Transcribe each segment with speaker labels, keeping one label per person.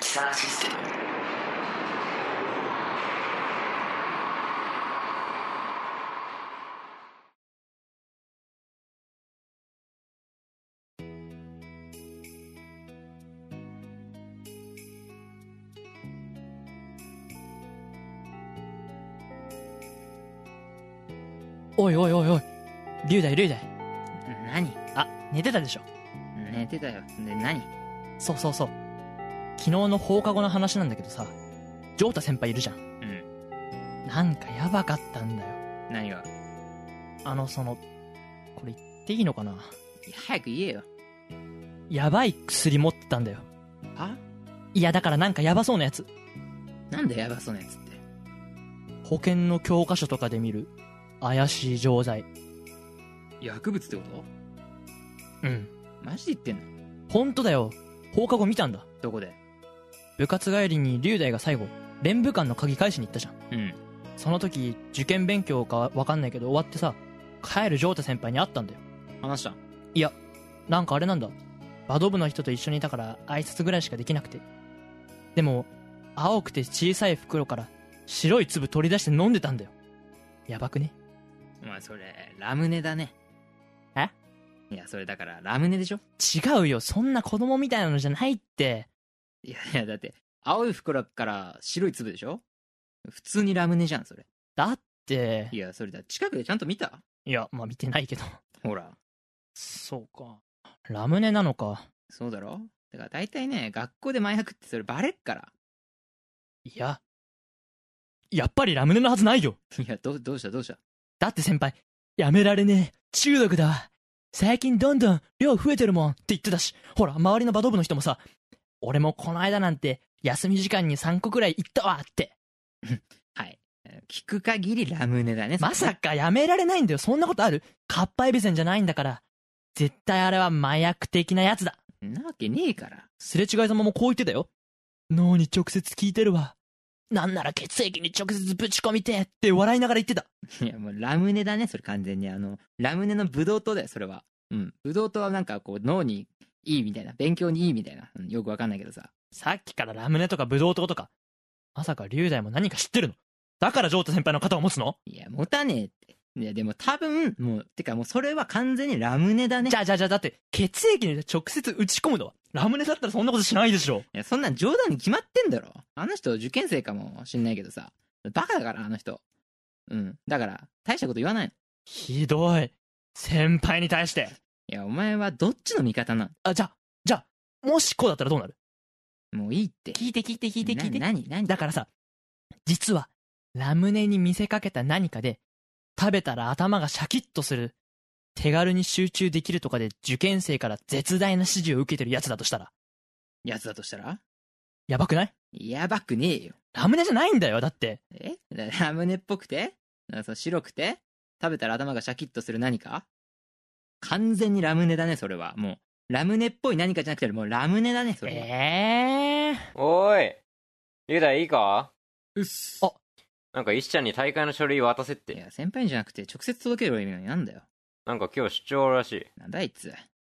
Speaker 1: キサーシステム
Speaker 2: おいおいおいおい。龍大龍大。
Speaker 1: 何
Speaker 2: あ、寝てたでしょ。
Speaker 1: 寝てたよで何
Speaker 2: そうそうそう。昨日の放課後の話なんだけどさ、ジョータ先輩いるじゃん。
Speaker 1: うん
Speaker 2: なんかやばかったんだよ。
Speaker 1: 何が
Speaker 2: あの、その、これ言っていいのかな
Speaker 1: 早く言えよ
Speaker 2: やばい薬持ってたんだよ。
Speaker 1: はい
Speaker 2: や、だからなんかやばそうなやつ。
Speaker 1: なんでヤバそうなやつって
Speaker 2: 保険の教科書とかで見る、怪しい錠剤。
Speaker 1: 薬物ってこと
Speaker 2: うん。
Speaker 1: マジで言ってんの
Speaker 2: ほんとだよ。放課後見たんだ。
Speaker 1: どこで
Speaker 2: 部活帰りに龍大が最後、連部館の鍵返しに行ったじゃん。
Speaker 1: うん
Speaker 2: その時、受験勉強かわかんないけど終わってさ、帰るジョータ先輩に会ったんだよ。
Speaker 1: 話した
Speaker 2: いや、なんかあれなんだ。バド部の人と一緒にいたから挨拶ぐらいしかできなくて。でも、青くて小さい袋から白い粒取り出して飲んでたんだよ。やばくね
Speaker 1: お前それラムネだね
Speaker 2: え
Speaker 1: いやそれだからラムネでしょ
Speaker 2: 違うよ、そんな子供みたいなのじゃないって。
Speaker 1: いやいやだって青い袋から白い粒でしょ普通にラムネじゃんそれ
Speaker 2: だって
Speaker 1: い、やそれだ近くでちゃんと見た
Speaker 2: いや、まあ見てないけど。
Speaker 1: ほら
Speaker 2: そうか。ラムネなのか。
Speaker 1: そうだろだから大体ね学校で麻薬ってそれバレっから
Speaker 2: いや、やっぱりラムネのはずないよ。
Speaker 1: いやどうどうしたどうした
Speaker 2: だって先輩、やめられねえ。中毒だわ。最近どんどん量増えてるもんって言ってたし、ほら、周りのバド部の人もさ、俺もこの間なんて休み時間に3個くらい行ったわって。
Speaker 1: はいえー聞く限りラムネだね
Speaker 2: まさ
Speaker 1: か
Speaker 2: かやめられないんだよ。そんなことあるカッパエビセンじゃないんだから。絶対あれは麻薬的なやつだ。
Speaker 1: なわけねえから
Speaker 2: すれ違い様もこう言ってたよ。脳に直接聞いてるわ。なんなら血液に直接ぶち込みてえって笑いながら言ってた。
Speaker 1: いやもうラムネだねそれ完全にあのラムネのブドウ糖だよそれはうんブドウ糖はなんかこう脳にいいみたいな勉強にいいみたいな、うんよくわかんないけどさ
Speaker 2: さっきからラムネとかブドウ糖とか。まさか龍大も何か知ってるのだからジョータ先輩の肩を持つの
Speaker 1: いや持たねえっていやでも多分もうてかもうそれは完全にラムネだね
Speaker 2: じゃあじゃあじゃあだって血液に直接打ち込むのはラムネだったらそんなことしないでしょ。
Speaker 1: いや、そんなん冗談に決まってんだろ。あの人、受験生かもしんないけどさ。バカだから、あの人。うん。だから、大したこと言わないの。
Speaker 2: ひどい。先輩に対して。
Speaker 1: いや、お前はどっちの味方な
Speaker 2: あ、じゃあ、じゃあ、もしこうだったらどうなる
Speaker 1: のもういいって。
Speaker 2: 聞いて聞いて聞
Speaker 1: 聞
Speaker 2: いて聞いて。
Speaker 1: 何何
Speaker 2: だからさ、実はラムネに見せかけた何かで食べたら頭がシャキッとする。手軽に集中できるとかで受験生から絶大な支持を受けてるやつだとしたら、
Speaker 1: やつだとしたら
Speaker 2: やばくない
Speaker 1: やばくねえよ。
Speaker 2: ラムネじゃないんだよ、だって。
Speaker 1: えだラムネっぽくてなんかそう白くて食べたら頭がシャキッとする何か完全にラムネだね、それは。もう。ラムネっぽい何かじゃなくて、もうラムネだね、それは。
Speaker 2: ええ
Speaker 3: おーい。リュウダイいいか
Speaker 1: うっす
Speaker 2: あ
Speaker 3: なんか石ちゃんに大会の書類渡せっ
Speaker 1: い
Speaker 3: て。
Speaker 1: や、先輩にじゃなくて、直接届けろよ、なんだよ。
Speaker 3: なんか今日出張らしい。
Speaker 1: なんだあいつ。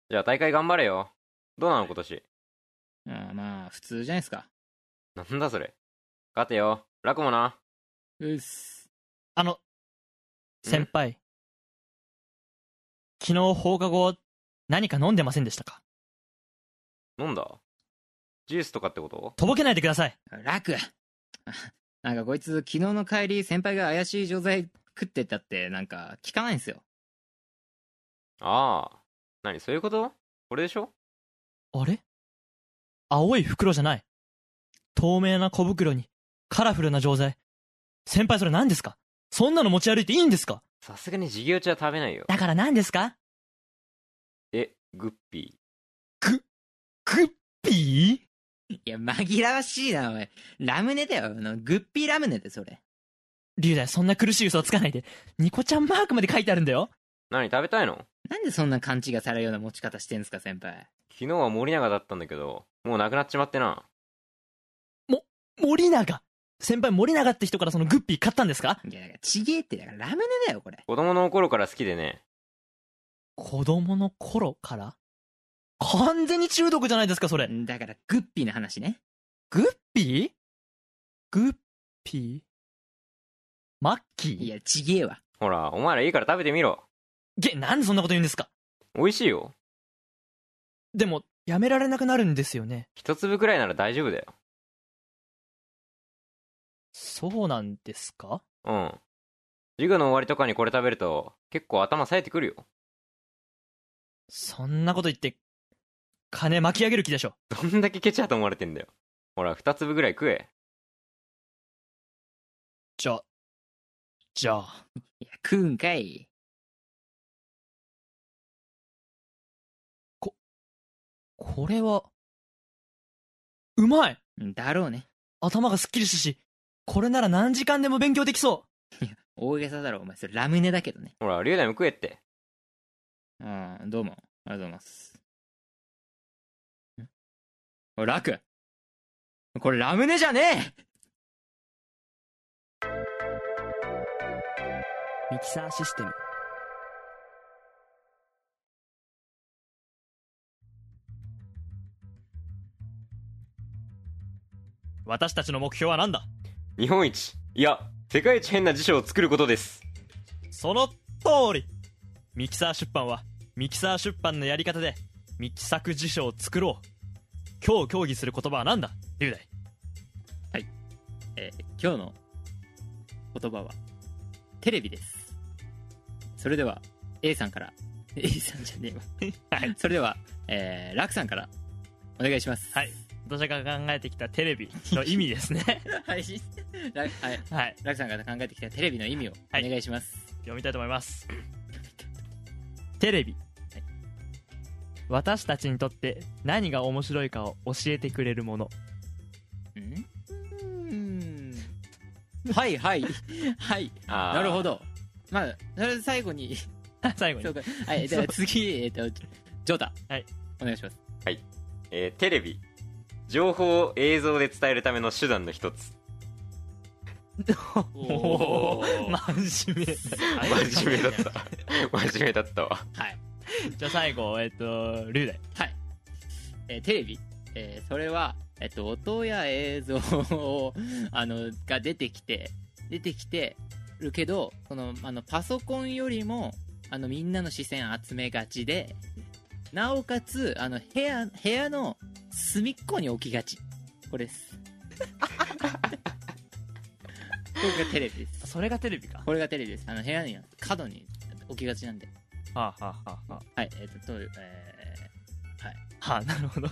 Speaker 3: じゃあ大会頑張れよ。どうなの今年。
Speaker 1: うん、まあ、普通じゃないですか。
Speaker 3: なんだそれ。勝てよ。楽もな。
Speaker 1: うっす。
Speaker 2: あの、
Speaker 3: ん
Speaker 2: 先輩。昨日放課後、何か飲んでませんでしたか
Speaker 3: 飲んだジュースとかってこと
Speaker 2: とぼけないでください。
Speaker 1: 楽 なんかこいつ昨日の帰り先輩が怪しい錠剤食ってたってなんか聞かないんすよ
Speaker 3: ああ。何そういうことこれでしょ
Speaker 2: あれ青い袋じゃない。透明な小袋に、カラフルな錠剤。先輩それ何ですかそんなの持ち歩いていいんですか
Speaker 3: さすがに授業中は食べないよ。
Speaker 2: だから何ですか
Speaker 3: え、グッピ
Speaker 2: グッピ
Speaker 1: いや、紛らわしいな、おい。ラムネだよ。あの、グッピーラムネで、それ。
Speaker 2: ー龍大そんな苦しい嘘をつかないで。ニコちゃんマークまで書いてあるんだよ。
Speaker 3: ー。何食べたいの
Speaker 1: なんでそんな勘違いされるような持ち方してんすか、先輩。
Speaker 3: 昨日は森永だったんだけど、もうなくなっちまってな。
Speaker 2: 森永先輩森永って人からそのグッピー買ったんですか
Speaker 1: いや、だからちげえって、だからラムネだよ、これ。
Speaker 3: 子供の頃から好きでね。
Speaker 2: 子供の頃から完全に中毒じゃないですか、それ。
Speaker 1: だから、グッピーの話ね。
Speaker 2: グッピーグッピーマッキー
Speaker 1: いや、ちげえわ。
Speaker 3: ほら、お前らいいから食べてみろ。
Speaker 2: げ、なんでそんなこと言うんですか
Speaker 3: 美味しいよ。
Speaker 2: でも、やめられなくなるんですよね。
Speaker 3: 一粒くらいなら大丈夫だよ。
Speaker 2: そうなんですか
Speaker 3: うん。授業の終わりとかにこれ食べると、結構頭冴えてくるよ。
Speaker 2: そんなこと言って、金巻き上げる気でしょ。
Speaker 3: どんだけケチャと思われてんだよ。ほら、二粒ぐらい食え。
Speaker 2: じゃ、じゃあ。
Speaker 1: いや、食うんかい。
Speaker 2: これは、うまい
Speaker 1: だろうね。
Speaker 2: 頭がすっきりしたし、これなら何時間でも勉強できそ
Speaker 1: 大げさだろ、お前。それラムネだけどね。
Speaker 3: ほら、龍大も食えって。
Speaker 1: うん、どうも。ありがとうございます。んおい、ラクこれラムネじゃねえ
Speaker 4: ミキサーシステム
Speaker 2: う私たちの目標は何だ
Speaker 3: 日本一、いや、世界一変な辞書を作ることです。
Speaker 2: その通りミキサー出版は、ミキサー出版のやり方で、ミキサク辞書を作ろう。今日協議する言葉は何だ龍大。
Speaker 1: えー今日の言葉は、テレビです。それでは、A さんから、A さんじゃねえわ。
Speaker 2: はい
Speaker 1: それでは、えー、ラクさんから、お願いします。
Speaker 2: はい。私が考えてきたテレビの意味です ね。
Speaker 1: はい。ラクはい。
Speaker 2: はい。
Speaker 1: ラクさんが考えてきたテレビの意味をお
Speaker 2: はい
Speaker 1: 願いします。
Speaker 2: 読みたいと思いますテレビ私たちにとって何が面白いかを教えてくれるもの
Speaker 1: うんはいはい。はい。
Speaker 3: あー
Speaker 1: なるほど。まあ、それで最後に、
Speaker 2: 最後
Speaker 1: そ
Speaker 2: に
Speaker 1: うか。はい、じゃあ次、えっ、と、ジョータ。
Speaker 2: はい。
Speaker 1: お願いします。
Speaker 3: えーテレビ。情報を映像で伝えるための手段の一つ。
Speaker 2: おお
Speaker 1: ま
Speaker 2: 真面目
Speaker 3: 真面目だ った。真面目だったわ。
Speaker 1: はい。
Speaker 2: じゃあ最後えっと龍大
Speaker 1: はい。えーテレビ。えーそれは、えっ、と、音や映像を、 あの、が出てきて、出てきてるけど、その、あの、パソコンよりも、あの、みんなの視線集めがちで、なおかつ、あの、部屋、部屋の隅っこに置きがち。これです。 これがテレビです。
Speaker 2: それがテレビか
Speaker 1: これがテレビです。あの、部屋に、角に置きがちなんで。
Speaker 2: はあはあはあは
Speaker 1: はい、えっ、と、どういう、えー
Speaker 2: あはあなるほど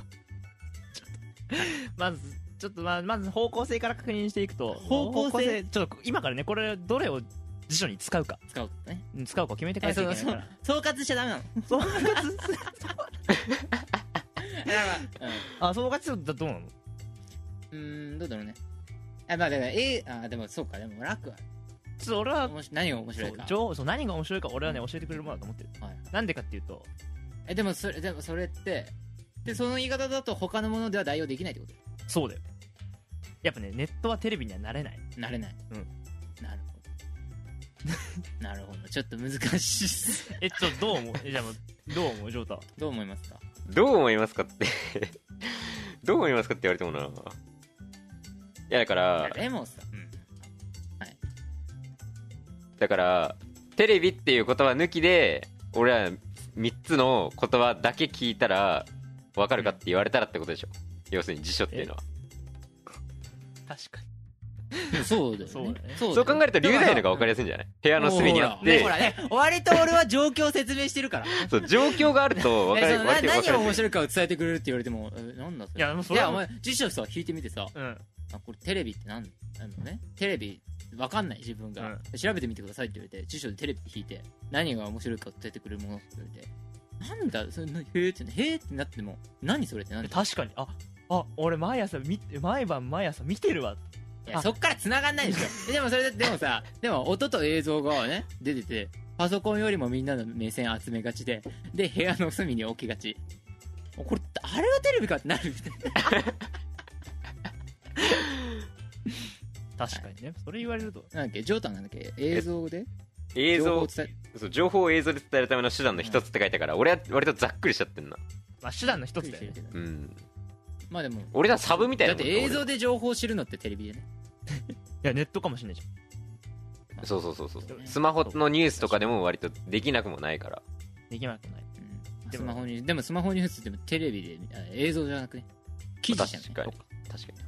Speaker 2: ちょっとまずちょっとまあまず方向性から確認していくと
Speaker 1: 方向性
Speaker 2: ちょっと今からねこれどれを辞書に使うか
Speaker 1: 使うことね。
Speaker 2: うん使うか決めていかなきゃいけないから
Speaker 1: 総括しちゃダメなの。
Speaker 2: そう
Speaker 1: うん
Speaker 2: あ総括だとどうなの
Speaker 1: うーん、どうだろうね。あ、まあ、だから、A、あ、でも、そうか、でも、楽は、
Speaker 2: ちょっと俺は
Speaker 1: 面白い何が面
Speaker 2: そ
Speaker 1: 白いうか。
Speaker 2: 情そう何が面白いか俺はね教えてくれるものだと思ってる
Speaker 1: はい
Speaker 2: なんでかっていうと
Speaker 1: え、でも、それ、でも、それって、で、その言い方だと、他のものでは代用できないってこ
Speaker 2: そうだよやっぱねネットはテレビにはなれない
Speaker 1: となれない。
Speaker 2: うん。
Speaker 1: なるほど。なるほど。ちょっと難しいっす。
Speaker 2: えちょっとどう思うえじゃあもうどう思うジョータ
Speaker 1: どう思いますか
Speaker 3: どう思いますかって。 どう思いますかって言われてもな。いや、だから
Speaker 1: いや、でもさ、うん。
Speaker 3: だから、テレビっていう言葉抜きで、俺ら3つの言葉だけ聞いたら、わかるかって言われたらってことでしょ。要するに辞書っていうのは。
Speaker 2: 確かに
Speaker 1: そうだよね。
Speaker 2: そうだよね
Speaker 1: そう
Speaker 3: そう考えると流大のが分かりやすいんじゃない部屋の隅にあっ
Speaker 1: ね
Speaker 3: て
Speaker 1: ほらね、割と俺は状況を説明してるから。
Speaker 3: そう状況があると分かり
Speaker 1: えそのな
Speaker 3: 割と分
Speaker 1: 何
Speaker 3: か
Speaker 1: が
Speaker 3: りや
Speaker 1: 面
Speaker 3: すい
Speaker 1: 白いかを伝えてくれるって言われても、えなんだそ
Speaker 2: い
Speaker 1: れ。
Speaker 2: や、もうそ
Speaker 1: い
Speaker 2: れ
Speaker 1: や、
Speaker 2: は
Speaker 1: お
Speaker 2: もう。
Speaker 1: 前、辞書さ、引いてみてさ、
Speaker 2: うん。
Speaker 1: あ、これテレビってなんあのね、テレビ、わかんない自分が、調べてみてくださいって言われて、辞書でテレビって引いて、何が面白いかを伝えてくれるものって言われて、なんだ、そのへーって、へーってなっても、何それってなんだ
Speaker 2: 確かに。あ、あ、俺毎朝見、毎晩毎朝見てるわ。
Speaker 1: いやそっから繋がんないでしょでもそれででもさでも音と映像がね出ててパソコンよりもみんなの目線集めがちでで部屋の隅に置きがちこれあれがテレビかってなるみたいな
Speaker 2: 確かにね。それ言われると。
Speaker 1: なんだっけジョータンなんだっけ映像で
Speaker 3: 映
Speaker 1: 情報
Speaker 3: 像
Speaker 1: を伝
Speaker 3: そう情報を映像で伝えるための手段の一つって書いたから俺は割とざっくりしちゃってんな
Speaker 2: まあ、手段の一
Speaker 1: え
Speaker 2: つだよね。
Speaker 3: うん
Speaker 1: まあでも
Speaker 3: 俺はサブみたい
Speaker 1: だ
Speaker 3: な
Speaker 1: っ
Speaker 3: もん
Speaker 1: て
Speaker 3: な
Speaker 1: 映像で情報を知るのってテレビでね
Speaker 2: いや、ネットかもしんないじゃん。
Speaker 3: 俺そうそうそうそう
Speaker 1: そうね
Speaker 3: スマホのニュースとかでも割とできなくもないから
Speaker 2: できなくない。
Speaker 1: うん
Speaker 2: で
Speaker 1: ス
Speaker 2: も
Speaker 1: マホにでもスマホに映ってもテレビであ映像じゃなくね記事じゃない
Speaker 3: 確かに確かに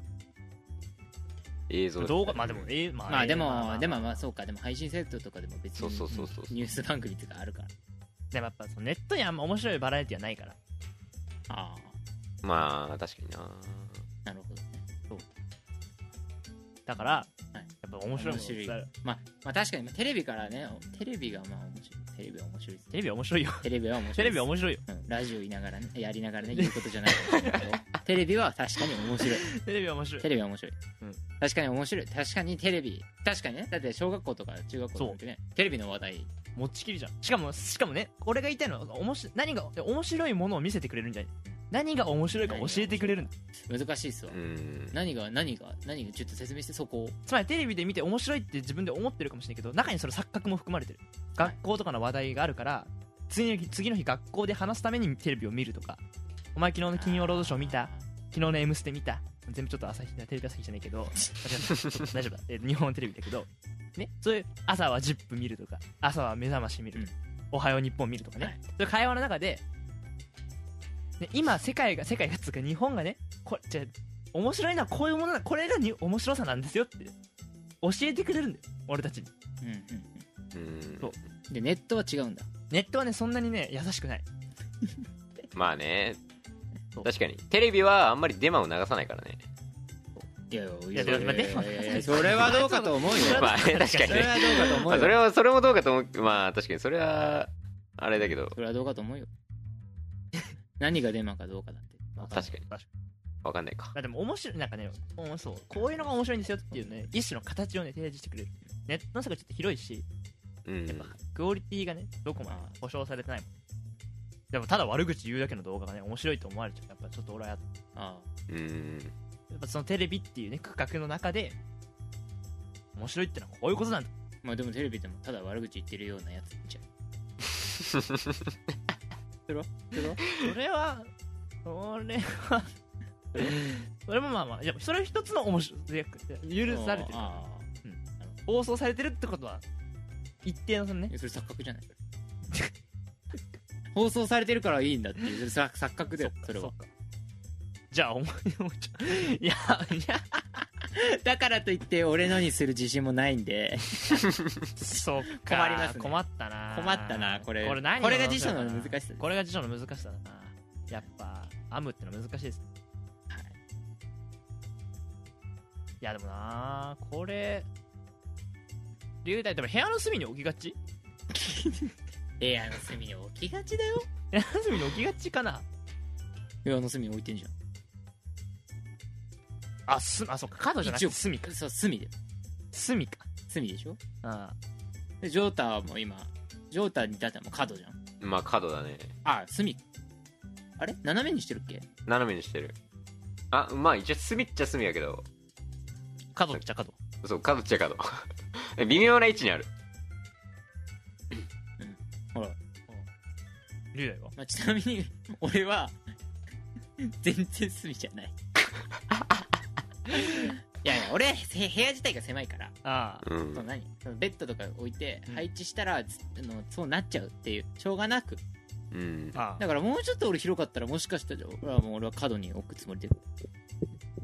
Speaker 3: 映像
Speaker 2: 動画、まあでも、えーまあ、
Speaker 1: まあ
Speaker 2: えー
Speaker 1: でもでもまあそうかでも配信セットとかでも別
Speaker 3: そ
Speaker 1: に
Speaker 3: うそうそうそう
Speaker 1: ニュース番組とかあるから
Speaker 2: でもやっぱそのネットにあんま面白いバラエティはないから。
Speaker 1: ああ
Speaker 3: まあ確かにな
Speaker 1: なるほどね
Speaker 2: だから、
Speaker 1: い
Speaker 2: やっぱ面白いものを伝える
Speaker 1: 面白まあ、まあ確かにまあテレビからねテレビがまあ面白いテレビは面白いです
Speaker 2: テレビは面白い よ。
Speaker 1: テレビは面白い
Speaker 2: テレビは
Speaker 1: 面
Speaker 2: 面白いよ。
Speaker 1: 白い、うん、ラジオ言いながらねやりながらね言うことじゃ ないかもしれないけどテレビは確かに面白い
Speaker 2: テレビは面白い
Speaker 1: テ。レビは面白い、
Speaker 2: うん
Speaker 1: 確かに面白い確かにテレビ確かにねだって小学校とか中学校とかってねテレビの話題
Speaker 2: 持ちきりじゃん。しかも、しかもね、俺が言いたいのは、おもし何が、面白いものを見せてくれるんじゃない何が面白いか教えてくれるんだ。
Speaker 1: 難しいっすわ、
Speaker 3: うん
Speaker 1: 何が何が何がちょっと説明してそこを
Speaker 2: つまりテレビで見て面白いって自分で思ってるかもしれないけど、中にその錯覚も含まれてる。学校とかの話題があるから、次の日、次の日学校で話すためにテレビを見るとか、お前昨日の金曜ロードショー見た昨日の「M ステ」見た全部ちょっと朝日テレビ朝日じゃないけど 間違えたちょっと大丈夫だ、えー日本テレビだけどねそういう朝は「ZIP」見るとか朝は「目覚まし」見るとか、おはよう日本」見るとかね、
Speaker 1: はい
Speaker 2: そういう会話の中で、ね、今世界が世界がつうか日本がねこれじゃあ面白いのはこういうものだこれがに面白さなんですよって教えてくれるんだよ俺たちに
Speaker 1: うんうん
Speaker 3: うん
Speaker 2: そう
Speaker 1: うんでネットは違うんだ
Speaker 2: ネットはねそんなにね優しくない
Speaker 3: まあね
Speaker 2: そう
Speaker 3: 確かにテレビはあんまりデマを流さないからね
Speaker 2: やいやいやいや
Speaker 1: いやいやいやいや
Speaker 2: いやいや
Speaker 1: それはどうかと思うよ
Speaker 3: まあ確か
Speaker 1: そ
Speaker 3: に
Speaker 1: れ
Speaker 3: ね
Speaker 1: はどうかと思
Speaker 3: ま
Speaker 1: う
Speaker 3: あ
Speaker 1: よ
Speaker 3: それはそれもどうかと思うまあ確かにそれはあれだけど
Speaker 1: それはどうかと思うよ何がデマかどうかだってわかんない
Speaker 3: 確かに
Speaker 2: 確か
Speaker 3: わかんないか
Speaker 2: まあでも面白いなんかねおそうこういうのが面白いんですよっていうね一種の形をね提示してくれるネットの世界ちょっと広いし
Speaker 3: うん
Speaker 2: やっぱクオリティがねどこまで保証されてないもんでもただ悪口言うだけの動画がね面白いと思われちゃうやっぱちょっと俺はや
Speaker 1: あ
Speaker 3: うん
Speaker 2: やっぱそのテレビっていうね区画の中で面白いってのはこういうことなんだ
Speaker 1: あまあでもテレビでもただ悪口言ってるようなやつ見ちゃうそれはそれは
Speaker 2: それはそれはそれもまあまあいやそれは一つの面白いや許されてる
Speaker 1: ああ
Speaker 2: うん
Speaker 1: なるほ
Speaker 2: 放送されてるってことは一定のそのね
Speaker 1: どえそれ錯覚じゃない 放送されてるからいいんだっていうそれ錯錯覚だよそれは
Speaker 2: っかじゃあお前もち ょいやいや
Speaker 1: だからといって俺のにする自信もないんで
Speaker 2: そうか
Speaker 1: 困りますね
Speaker 2: 困ったな
Speaker 1: 困ったなこれ
Speaker 2: これ何
Speaker 1: これが辞書の難しさです
Speaker 2: これが辞書の難しさだなやっぱ編むってのは難しいです
Speaker 1: はい
Speaker 2: いやでもなこれ流大でも部屋の隅に置きがち
Speaker 1: 部屋の隅に置きがちだよ
Speaker 2: 部屋の隅に置きがちかな
Speaker 1: 部屋の隅に置いてんじ
Speaker 2: あすあそうか角じゃなく
Speaker 1: 一
Speaker 2: て
Speaker 1: 応
Speaker 2: 隅か
Speaker 1: ゃんそう隅で
Speaker 2: 隅か
Speaker 1: 隅でしょ
Speaker 2: あ
Speaker 1: でジョータはもう今ジョータに至ってはもう角じゃん
Speaker 3: まあ角だね
Speaker 1: あ隅あれ斜めにしてるっけ
Speaker 3: 斜めにしてるあまあ一応隅っちゃ隅やけど
Speaker 2: 角っちゃ角
Speaker 3: そう角っちゃ角 微妙な位置にある
Speaker 1: ほら、
Speaker 2: 龍大は
Speaker 1: まあ、ちなみに 俺は全然隅じゃ ないいやいや俺へ部屋自体が狭いから
Speaker 2: あ
Speaker 3: う
Speaker 1: その
Speaker 3: ん
Speaker 1: 何そのベッドとか置いて
Speaker 2: うん
Speaker 1: 配置したら、つあのそうなっちゃうっていうしょうがなく
Speaker 3: うん
Speaker 2: あああ
Speaker 1: だからもうちょっと俺広かったらもしかしたら俺はもう俺は角に置くつもりで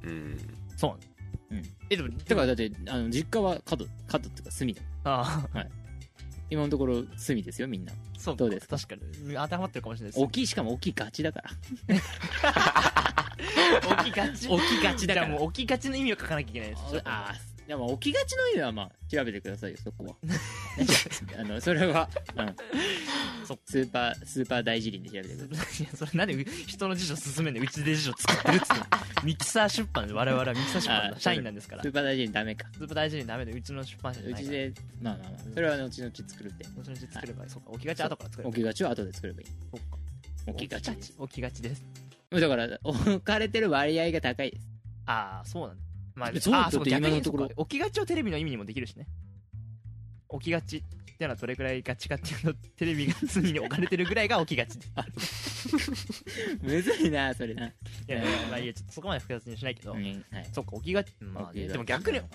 Speaker 3: うん
Speaker 2: そうなんだ
Speaker 1: うん
Speaker 2: え、でも、だ
Speaker 1: だ
Speaker 2: か、
Speaker 1: かららだってあの実家は角角っていうか隅だ
Speaker 2: ああ、
Speaker 1: 今のところ隅ですよみんな
Speaker 2: そう
Speaker 1: どうですか
Speaker 2: 確かに。当てはまってるかもしれないです。
Speaker 1: 大きいしかも大きいガチだから
Speaker 2: 置きがち。
Speaker 1: 置きがちだから
Speaker 2: じゃあもう置きがちの意味を書かなきゃいけないです。ちょっと
Speaker 1: ああでも置きがちの意味はまあ調べてくださいよそ こはあのそれは、うん
Speaker 2: そっ、
Speaker 1: スーパースーパー大辞林で調べてください
Speaker 2: いやそれなんで人の辞書進めんでうちで辞書作ってるっつってんのミキサー出版で我々はミキサー出版の社員なんですから
Speaker 1: スーパー大辞林ダメか
Speaker 2: スーパー大事にダメでうちの出版社じゃ
Speaker 1: う
Speaker 2: ない
Speaker 1: ち
Speaker 2: から
Speaker 1: でまあまあまあそれは後々作るって
Speaker 2: うちのうち作れば、そうか置きがちは後から作れば
Speaker 1: 置きがちは後で作ればいい
Speaker 2: そっか
Speaker 1: 置きがちです
Speaker 2: 置きがちです
Speaker 1: だから置かれてる割合が高いです
Speaker 2: ああそうなんだまあ
Speaker 1: そう
Speaker 2: あー
Speaker 1: だって
Speaker 2: 逆に
Speaker 1: 今のところ
Speaker 2: そうか置きがちをテレビの意味にもできるしね置きがちってのはどれくらいガチかっていうのテレビが 常に置かれてるぐらいが置きがちで
Speaker 1: むずいなそれな、
Speaker 2: いやいや,、まあ、いいやちょっとそこまで複雑にしないけど、
Speaker 1: うんはい
Speaker 2: そっか置きがちまあね、でも逆に置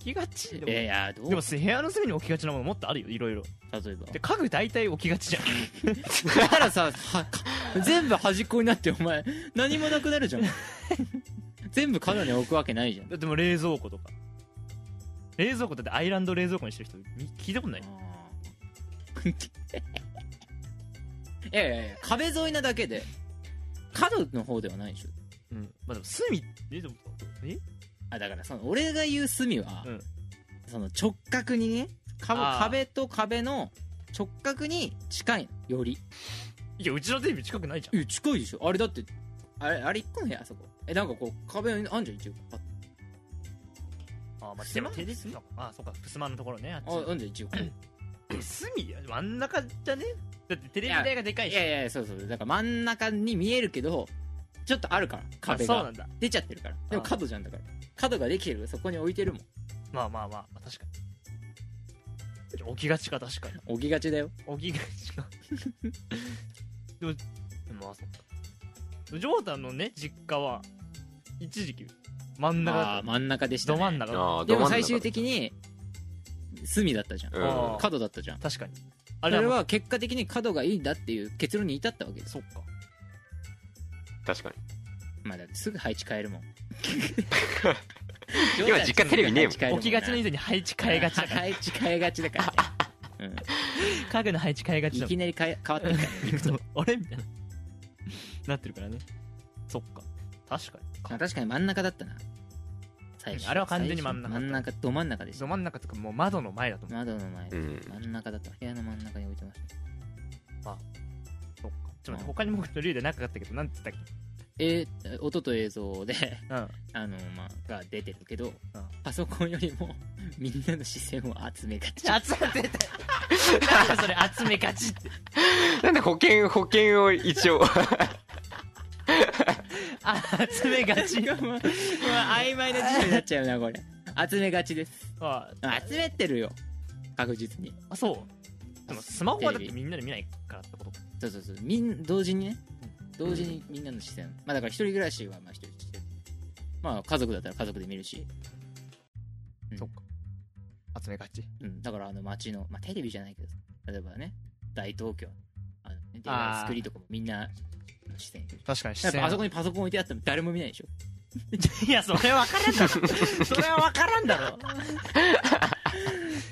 Speaker 2: きがちでも
Speaker 1: いやいやどう
Speaker 2: でも部屋の隅に置きがちなものもっとあるよいろいろ
Speaker 1: 例えば
Speaker 2: で家具大体置きがちじゃん
Speaker 1: だからさはか全部端っこになってお前何もなくなるじゃん全部角に置くわけないじゃん
Speaker 2: だってもう冷蔵庫とか冷蔵庫だってアイランド冷蔵庫にしてる人み聞いたことない
Speaker 1: あーいやいやいや壁沿いなだけで角の方ではないでしょ
Speaker 2: うんまあでも隅えでもえ
Speaker 1: あだからその俺が言う隅は、
Speaker 2: うん
Speaker 1: その直角にねか
Speaker 2: あー
Speaker 1: 壁と壁の直角に近いのより
Speaker 2: いやうちのテレビ近くないじゃん
Speaker 1: いや近いでしょあれだってあれあれ一個の部屋あそこえなんかこう壁にあんじゃん一応パッ
Speaker 2: あまあ
Speaker 1: 襖
Speaker 2: 手ですよあそっか襖のところねあっ
Speaker 1: ああんじゃん一応こう
Speaker 2: ち隅や真ん中じゃねだってテレビ台がでかい
Speaker 1: い
Speaker 2: し
Speaker 1: やいやいやそうそうだから真ん中に見えるけどちょっとあるから
Speaker 2: あ
Speaker 1: 壁
Speaker 2: そうな
Speaker 1: が
Speaker 2: んだ
Speaker 1: 出ちゃってるからでも角じゃんだから角ができてるそこに置いてるもん
Speaker 2: まあまあまあまあ確かに置きがちか確かに
Speaker 1: 置きがちだよ
Speaker 2: 置きがちかでもまあそっかジョータのね実家は一時期真ん中だった
Speaker 1: ああ真ん中でした、
Speaker 2: ど
Speaker 1: ね、
Speaker 2: 真ん中だっ
Speaker 3: あー
Speaker 1: でも
Speaker 3: ど真ん
Speaker 1: 最
Speaker 3: 中
Speaker 1: 終的に隅だったじゃん
Speaker 3: うん
Speaker 2: あ
Speaker 1: 角だったじゃん
Speaker 2: た確かにあ
Speaker 1: あ
Speaker 2: れ
Speaker 1: れ
Speaker 2: は
Speaker 1: は結果的に角がいいんだっていう結論に至ったわけです
Speaker 2: そっか
Speaker 3: 確かに
Speaker 1: まあだってすぐ配置変えるもん
Speaker 3: 今実家テレビねえもん
Speaker 1: ん
Speaker 2: 置きがちの以前に配置変えがちだ から
Speaker 1: 配置変えがち だからね、
Speaker 2: 家具の配置変えが
Speaker 1: うん、
Speaker 2: ち
Speaker 1: い
Speaker 2: だ
Speaker 1: きなり変え変わってきたねいくと
Speaker 2: あれみたいななってるからねそっか確か
Speaker 1: まあ
Speaker 2: に
Speaker 1: 確かに真ん中だったな最初
Speaker 2: あれは完全に真ん中だった
Speaker 1: 最初真ん中ど真ん中でした
Speaker 2: ど真ん中とかもう窓の前だと思う
Speaker 1: 窓の前、
Speaker 3: うん
Speaker 1: 真ん中だった部屋の真ん中に置いてました
Speaker 2: そっかちょっと待って他にもう一人で仲があったけどなんて言ったっけ
Speaker 1: えー音と映像で
Speaker 2: うん
Speaker 1: あの、まあ、が出てるけど、パソコンよりも みんなの視線を集めがち
Speaker 2: 集めてたなんでそれ集めがちって
Speaker 3: なんで保険保険を一応
Speaker 2: あ集めが ち
Speaker 1: がもう曖昧な事情になっちゃうなこれ集めがちです
Speaker 2: あ
Speaker 1: 集めてるよ確実に
Speaker 2: あそうでもスマホはだってみんなで見ないからってこと
Speaker 1: そうそうそうみん同時にね同時にみんなの視線、まあだから一人暮らしはまあ一人一人まあ家族だったら家族で見るし、うん
Speaker 2: そっか集めがち
Speaker 1: うん、だからあの街の、まあ、テレビじゃないけど例えばね大東京あのねで
Speaker 2: あー
Speaker 1: スクリーンとかもみんなの視線
Speaker 2: 確かに
Speaker 1: やっぱあそ
Speaker 2: こ
Speaker 1: こにパソコン置いてあっても誰も見な いでしょ
Speaker 2: いやそれは分 からんだろそれは分からんだろ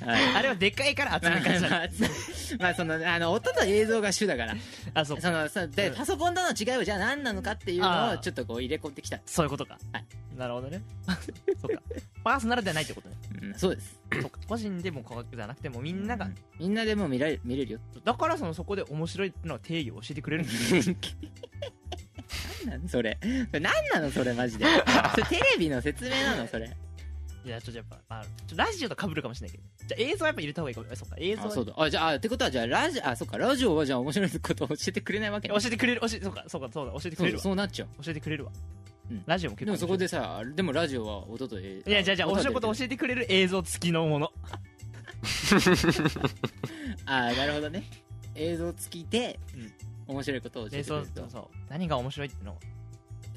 Speaker 1: はい
Speaker 2: あれはでかいから集めがちなの
Speaker 1: まあ、まあそのあの音と映像が主だから
Speaker 2: あそう
Speaker 1: そのそで
Speaker 2: うん
Speaker 1: パソコンとの違いはじゃあ何なのかっていうの
Speaker 2: あ
Speaker 1: を
Speaker 2: ー
Speaker 1: ちょっとこう入れ込んできた、
Speaker 2: そういうことか。
Speaker 1: はい
Speaker 2: なるほどね。 そうか。パーソナルではないってことね。
Speaker 1: うんそうです
Speaker 2: そうか個人でも科学じゃなくてもみんなが
Speaker 1: う、みんなでも見られ見れるよ
Speaker 2: だからそのそこで面白いってのは定義を教えてくれるんだよ
Speaker 1: 何なのそれそれ何なのそれ マジでそれテレビの説明なのそれ
Speaker 2: いや、ちょっとやっぱ、まあ、ちょラジオと被るかもしれないけど。じゃあ映像はやっぱ入れた方がいいかも。そっか、映像
Speaker 1: あ
Speaker 2: は
Speaker 1: そうだあじゃああってことはじゃあラジあそうかラジオはじゃあ面白いことを教えてくれないわけね
Speaker 2: 教えてくれる、教えて、そうか、そうか、そうだ、教えてく
Speaker 1: そ
Speaker 2: れ
Speaker 1: う
Speaker 2: るわ。
Speaker 1: そうなっちゃう
Speaker 2: 教えてくれるわ。
Speaker 1: うん
Speaker 2: ラジオも結
Speaker 1: で
Speaker 2: 構面
Speaker 1: も
Speaker 2: 白
Speaker 1: そ
Speaker 2: い。
Speaker 1: こでさでもラジオは音と映
Speaker 2: いや、じゃあ、じゃあ、面白いこと
Speaker 1: 教
Speaker 2: 教えてくれる映像付きのもの。
Speaker 1: えあなるほどね映像付きで面白いことを教え
Speaker 2: 映
Speaker 1: てく
Speaker 2: 像、
Speaker 1: れる
Speaker 2: そ
Speaker 1: と
Speaker 2: うそう。何が面白いってのを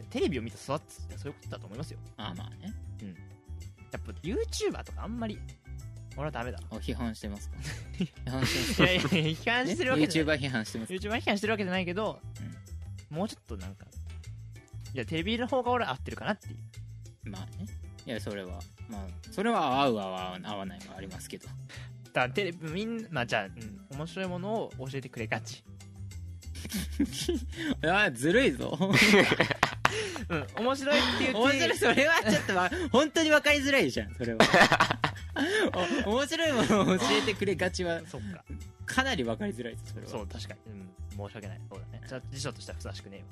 Speaker 2: テレビを見て育つってそういうことだと思いますよ。
Speaker 1: あまあね
Speaker 2: やっぱ YouTuber とかあんまり、俺はダメだな。
Speaker 1: お批判してま すか批判してます
Speaker 2: いやいや、批判してるわけじゃない。
Speaker 1: YouTuber 批判してますか
Speaker 2: YouTuber 批判してるわけじゃないけど、もうちょっとなんかいやテレビの方が俺は合ってるかなっていう
Speaker 1: まあねいやそれはまあそれは合う合わ合わないはありますけど
Speaker 2: だからテレビみんなじゃあ、うん、面白いものを教えてくれがち、
Speaker 1: あーずるいぞ
Speaker 2: うん、面白いって言
Speaker 1: 面
Speaker 2: って
Speaker 1: 白いそれはちょっとわ本当に分かりづらいじゃんそれはお面白いものを教えてくれがちは
Speaker 2: そっか
Speaker 1: かなり分かりづらいですそれは
Speaker 2: そう確かに、うん、申し訳ないそうだねじゃあ辞書としてはふさわしくねえよ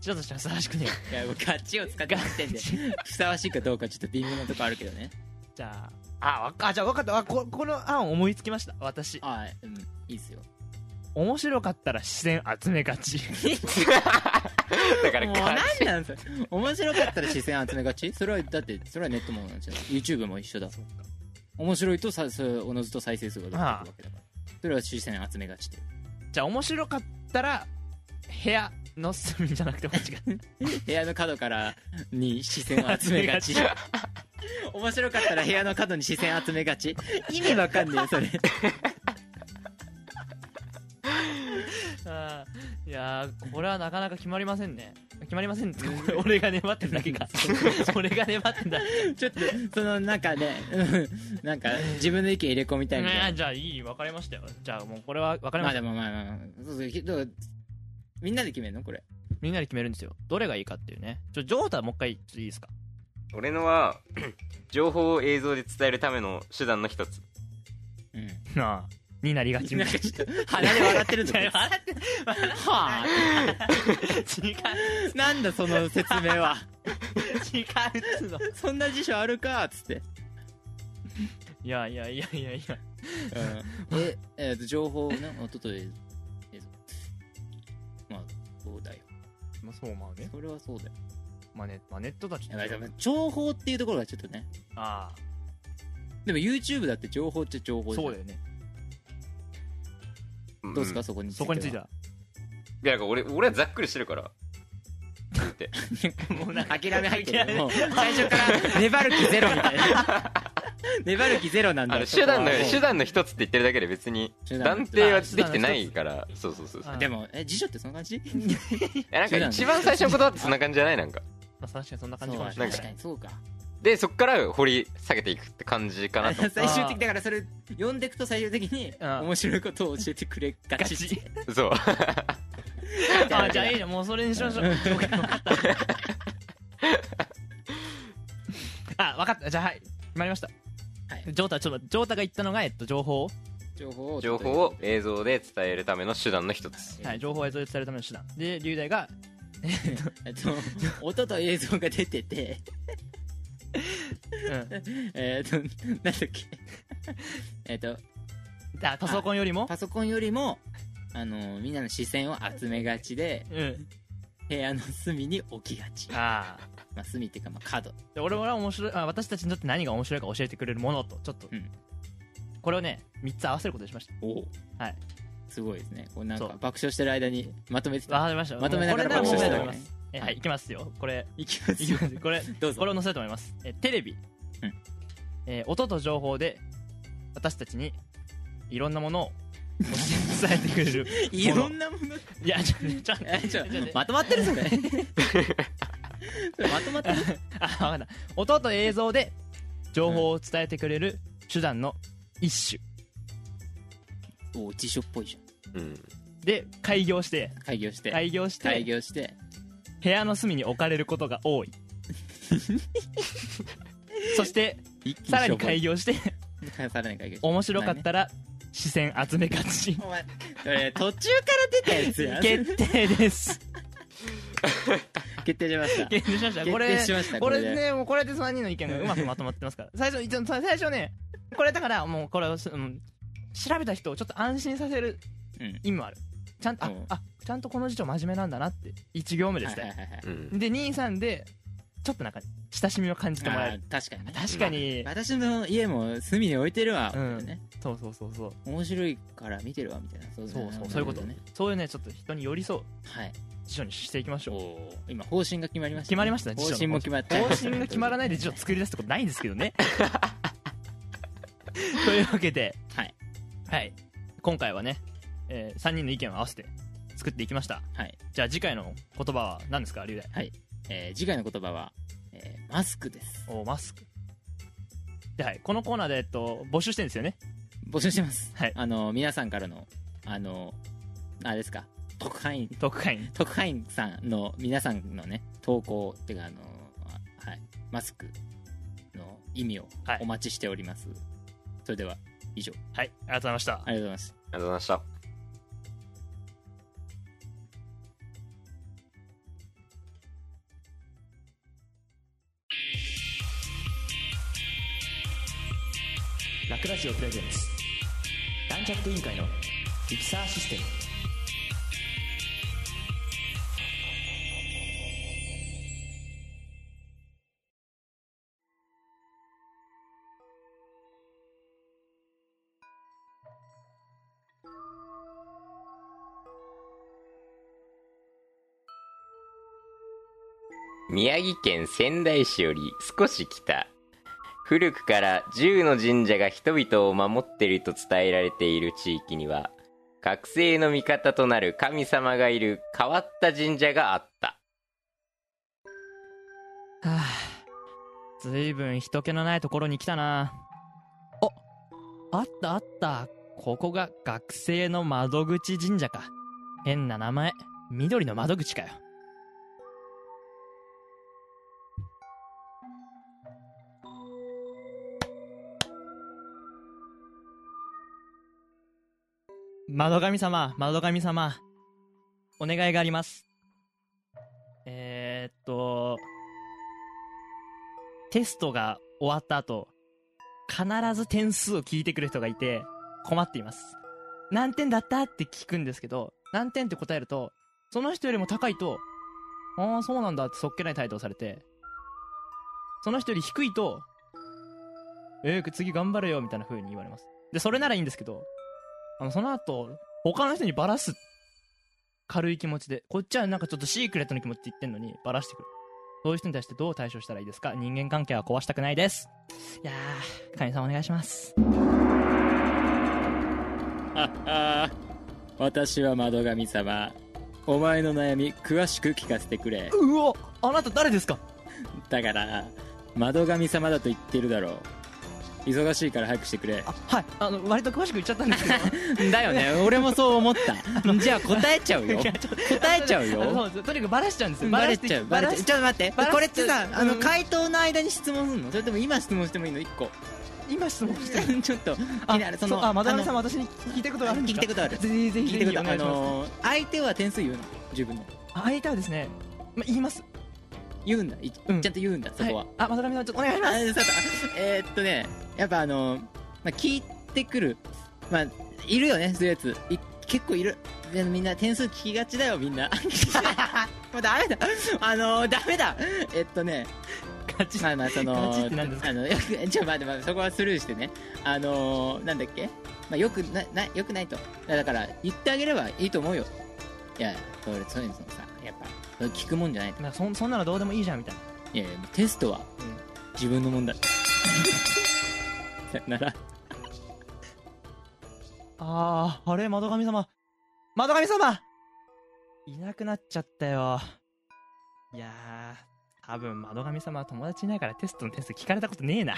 Speaker 2: 辞書としてはふさわしく ねえよ
Speaker 1: いやもうガチを使ってますんでふさわしいかどうかちょっと微妙なとこあるけどね
Speaker 2: じゃああわかあじゃあ分かったあここの案思いつきました私
Speaker 1: ああうんいいっすよ
Speaker 2: 面白かったら視線集めがち
Speaker 3: だか
Speaker 1: も
Speaker 3: ら
Speaker 1: う
Speaker 3: ガチ
Speaker 1: 何なんそれ面白かったら視線集めがちそれはだってそれはネットものなんじゃん YouTube も一緒だ面白いとさそれおのずと再生数が出てくるわけだからそれは視線集めがちで
Speaker 2: じゃあ面白かったら部屋の隅じゃなくて間違 え
Speaker 1: 部屋の角からに視線を集めが ち面白かったら部屋の角に視線集めが ち意味わかんねえそれ
Speaker 2: たあーいやーこれはなかなか決まりませんね決まりませんってこれ 俺が粘ってるだけか 俺が粘ってんだ
Speaker 1: ちょっとそのなんかねうんなんか自分の意見入れ込みたいみたいな
Speaker 2: うんじゃあいい分かりましたよじゃあもうこれは分かり
Speaker 1: ま
Speaker 2: ま
Speaker 1: あ
Speaker 2: し
Speaker 1: で
Speaker 2: た
Speaker 1: もまあまあまあそうそうけどみんなで決めるのこれ
Speaker 2: みんなで決めるんですよどれがいいかっていうねちょジョータもう一回ちょっといいですか
Speaker 3: 俺のは 情報を映像で伝えるための手段の一つ
Speaker 1: うん
Speaker 2: なあになりがちみ
Speaker 1: な
Speaker 2: た
Speaker 1: ん
Speaker 2: い
Speaker 1: かちょっと鼻で笑ってるんだ
Speaker 2: な笑って
Speaker 1: は
Speaker 2: 違う
Speaker 1: あなんだその説明は
Speaker 2: 違うっつうの
Speaker 1: そんな辞書あるかっつって、
Speaker 2: いやいやいやいやいや
Speaker 1: うん、ええーと情報ね音と映像まあそうだよ
Speaker 2: まあそうまあね
Speaker 1: それはそうだよ
Speaker 2: まあね、まあ、ネットだち
Speaker 1: やばいでも情報っていうところがちょっとね
Speaker 2: あ
Speaker 1: でも YouTube だって情報っちゃ情
Speaker 2: あ
Speaker 1: 報じゃん
Speaker 2: そうだよね
Speaker 3: ど
Speaker 1: どうですか、
Speaker 3: い
Speaker 1: そこに
Speaker 2: そこについて
Speaker 1: は
Speaker 2: は
Speaker 3: やなんか俺俺はざっくりしてるから言って
Speaker 2: もうなんか
Speaker 1: 諦め入ってるよもう 最初から粘る気ゼロみたいな 粘る気ゼロなん
Speaker 3: あ
Speaker 1: だ
Speaker 3: の
Speaker 1: よ
Speaker 3: 手段の
Speaker 1: そこはもう
Speaker 3: 手段の一つって言ってるだけで別に
Speaker 1: 手段の
Speaker 3: 断定はできてないからそうそうそうそう
Speaker 2: あ
Speaker 1: でもえ辞書ってそんな感じ
Speaker 3: いやなんか一番最初の言葉ってそんな感じじゃないなんか
Speaker 2: まあ、確かにそんな感
Speaker 1: そ
Speaker 2: じ
Speaker 1: う
Speaker 2: かもしれ
Speaker 3: なん
Speaker 2: ない
Speaker 1: 確かにそうか
Speaker 3: でそっから掘り下げていくって感 じかなと
Speaker 1: 最終的だからそれ読んでいくと最終的に
Speaker 2: あー
Speaker 1: 面白いことを教えてくれが
Speaker 2: ガ
Speaker 1: ち
Speaker 2: チ
Speaker 3: そう
Speaker 2: ああじゃあいいじゃんもうそれにしましょう OK 分かったあ分かったじゃあはい決まりました、
Speaker 1: はい
Speaker 2: ジョータちょっと待ってジョータが言ったのが、えっと、情報を
Speaker 1: 情報を
Speaker 3: 情報を映像で伝えるための手段の一つ
Speaker 2: はい、情報を映像で伝えるための手段で龍大が
Speaker 1: えっと音と映像が出てて
Speaker 2: う
Speaker 1: えっとなんだっけ えっと
Speaker 2: んあパソコンよりも
Speaker 1: パソコンよりもあのみんなの視線を集めがちで
Speaker 2: うん
Speaker 1: 部屋の隅に置きがち、
Speaker 2: ああ
Speaker 1: まあ、隅っていうかまあ角
Speaker 2: で俺は面白いあ私たちにとって何が面白いか教えてくれるものとちょっと、
Speaker 1: うん
Speaker 2: これをね3つ合わせることにしました
Speaker 1: お
Speaker 2: はい
Speaker 1: すごいですねこうなんか
Speaker 2: そう
Speaker 1: 爆笑してる間にまとめて
Speaker 2: わ
Speaker 1: た
Speaker 2: かりました
Speaker 1: まとめながら
Speaker 2: もうこれなら
Speaker 3: 爆
Speaker 2: もう覚
Speaker 1: 笑
Speaker 2: えおきますえ
Speaker 1: してて
Speaker 2: はいいきますよこ れ
Speaker 1: いきます
Speaker 2: いきますこれ
Speaker 1: どうぞ
Speaker 2: これを載せると思いますえテレビ、
Speaker 1: うん
Speaker 2: えー音と情報で私たちにいろんなものを教え伝えてくれる
Speaker 1: いろんなもの
Speaker 2: いやちょちょ ちょ
Speaker 1: えちょ
Speaker 2: ちょ
Speaker 1: まとまって るそれそれまとまってる
Speaker 2: あ分かった音と映像で情報を伝えてくれる手段の一
Speaker 1: お辞書っぽいじ
Speaker 3: うん
Speaker 2: 種で開業して
Speaker 1: ゃん開業して
Speaker 2: 開業して
Speaker 1: 開業して
Speaker 2: 部屋の隅に置かれることが 多いそしてさらに開
Speaker 1: 業
Speaker 2: 業して
Speaker 1: さらに開業して
Speaker 2: 面白かったら視線集めがち
Speaker 1: お前それ途中から出たやつやん
Speaker 2: 決定 です
Speaker 1: 決定しました
Speaker 2: 決定しましたこ
Speaker 1: 決
Speaker 2: れ
Speaker 1: 定しました
Speaker 2: こ
Speaker 1: これ
Speaker 2: れ
Speaker 1: で
Speaker 2: ねもうこれで3人の意見がうまくまとまってますから最初一応最初ねこれだからもうこれを、うん、調べた人をちょっと安心させる
Speaker 1: うん
Speaker 2: 意味もあるちゃんとあ
Speaker 1: うん
Speaker 2: あちゃんとこの辞書真面目なんだなって1行目で
Speaker 1: は
Speaker 2: す
Speaker 1: いはい
Speaker 2: ね
Speaker 1: はいはい
Speaker 3: うん
Speaker 2: で23でちょっとなんか親しみを感じてもらえる
Speaker 1: あー確かにね
Speaker 2: 確かに
Speaker 1: 私の家も隅に置いてるわ、
Speaker 2: うん
Speaker 1: みたいなね
Speaker 2: そうそうそうそう
Speaker 1: 面白いから見てるわみたいなそう
Speaker 2: そうそ
Speaker 1: な
Speaker 2: うそういうこ
Speaker 1: な
Speaker 2: と
Speaker 1: る
Speaker 2: ねそういうねちょっと人に寄り添う
Speaker 1: ほどねはい
Speaker 2: 辞書にしていきましょう
Speaker 1: 今方針が決まりました、
Speaker 2: 決まりましたね辞書
Speaker 1: 方
Speaker 2: の
Speaker 1: 針も決まった
Speaker 2: 方針が決まらないで辞書作り出すってことないんですけどねというわけで
Speaker 1: はい
Speaker 2: はい今回はね、え3人の意見を合わせて作っていきました
Speaker 1: はい、
Speaker 2: じゃあ次回の言葉は何ですか龍大
Speaker 1: えー次回の言葉は、えーマスクです
Speaker 4: おマスクではいこのコーナーで、えっと、募集してるんですよね
Speaker 1: 募集してます、
Speaker 4: はい
Speaker 1: あの皆さんからのあのあれですか特派員
Speaker 4: 特派員
Speaker 1: 特派員さんの皆さんのね投稿っていうかあのあはいマスクの意味を
Speaker 4: はい
Speaker 1: お待ちしております、それでは以上
Speaker 4: はいありがとうございました
Speaker 1: ありがとうございます
Speaker 3: がとうございました。
Speaker 4: ラクラジオプレゼンツランチャット委員会のミキサーシステム
Speaker 3: 宮城県仙台市より少し北古くから10の神社が人々を守っていると伝えられている地域には覚醒の味方となる神様がいる変わった神社があった
Speaker 2: はあ、ずいぶん人気のないところに来たな。あ、あったあった。ここが学生の窓口神社か。変な名前。緑の窓口かよ。窓神様、窓神様。お願いがあります。えー、っと、テストが終わった後、必ず点数を聞いてくる人がいて、困っています。何点だったって聞くんですけど、何点って答えると、その人よりも高いと、ああ、そうなんだってそっけない態度をされて、その人より低いと、えー、次頑張れよみたいな風に言われます。で、それならいいんですけど、あの、その後、他の人にバラす。軽い気持ちで。こっちはなんかちょっとシークレットの気持ちって言ってんのに、バラしてくる。そういう人に対してどう対処したらいいですか人間関係は壊したくないです。いやー、神さんお願いします。
Speaker 1: ああ私は窓神様お前の悩み詳しく聞かせてくれ
Speaker 2: うおあなた誰ですか
Speaker 1: だから窓神様だと言ってるだろう忙しいから早くしてくれ
Speaker 2: あ、はい。あの、割と詳しく言っちゃったんですけど。
Speaker 1: だよね俺もそう思ったじゃあ答えちゃう よ答えちゃう
Speaker 2: あのそ
Speaker 1: よ
Speaker 2: うですとにかくバラしちゃうんですよ。
Speaker 1: バレ
Speaker 2: して
Speaker 1: ちゃうバレ
Speaker 2: バラし
Speaker 1: ちゃうちょっと待って
Speaker 2: バラして
Speaker 1: これってさあの
Speaker 2: うん
Speaker 1: 回答の間に質問するのそれとも今質問してもいいの1個
Speaker 2: 今質問してる。
Speaker 1: ちょっと 気になるその
Speaker 2: うあ、まださ
Speaker 1: あ
Speaker 2: ん私に聞いたこと
Speaker 1: の
Speaker 2: あるん
Speaker 1: 聞
Speaker 2: で
Speaker 1: き
Speaker 2: す
Speaker 1: た
Speaker 2: か
Speaker 1: いことある
Speaker 2: ぜひぜひ
Speaker 1: 聞い
Speaker 2: ぜ
Speaker 1: たこ
Speaker 2: ひ
Speaker 1: と
Speaker 2: お
Speaker 1: あ
Speaker 2: 願
Speaker 1: る
Speaker 2: いし
Speaker 1: あ
Speaker 2: ます。
Speaker 1: の相手は点数言うの自分の
Speaker 2: 相手はですね、ま、言います。
Speaker 1: 言うんだいちゃ
Speaker 2: うんん
Speaker 1: と言うんだそこは
Speaker 2: はい、あ、まさかみさんちょっとお願いします。
Speaker 1: あそうだえーっとねやっぱあの、まあ、聞いてくるまあいるよねそういうやつい結構いるでみんな点数聞きがちだよみんな もうダメだあのダメだえっとね
Speaker 2: ガチ
Speaker 1: まあまあその
Speaker 2: ガチって何ですか
Speaker 1: あのよく じゃあまあまあそこはスルーしてねあのなんだっけまあよくななよくないとだから言ってあげればいいと思うよいやそれそういうのさやっぱそれ聞くもんじゃないと
Speaker 2: なんかそんそんなのどうでもいいじゃんみたいな。
Speaker 1: いやいやテストは自分のもんださよ なら
Speaker 2: あー、あれ、窓神様。窓神様いなくなっちゃったよ。いやー、多分窓神様は友達いないからテストの点数聞かれたことねえな。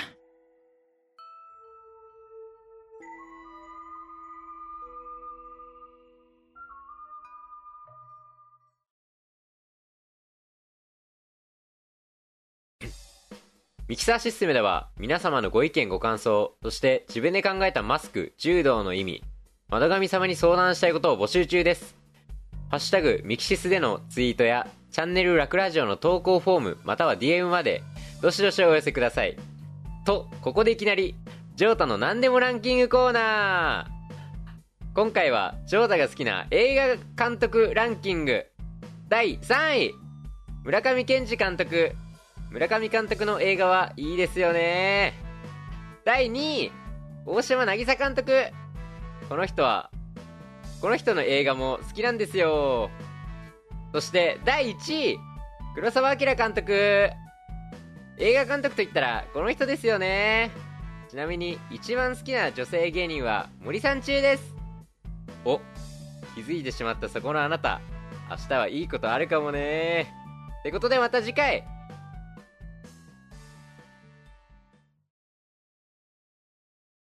Speaker 3: ミキサーシステムでは皆様のご意見ご感想そして自分で考えたマスク柔道の意味窓神様に相談したいことを募集中ですハッシュタグミキシスでのツイートやチャンネルラクラジオの投稿フォームまたは DM までどしどしお寄せくださいとここでいきなりジョータの何でもランキングコーナー今回はジョータが好きな映画監督ランキング第3位村上健二監督村上監督の映画はいいですよね第2位大島渚監督この人はこの人の映画も好きなんですよそして第1位黒澤明監督映画監督といったらこの人ですよねちなみに一番好きな女性芸人は森三中ですお気づいてしまったそこのあなた明日はいいことあるかもねってことでまた次回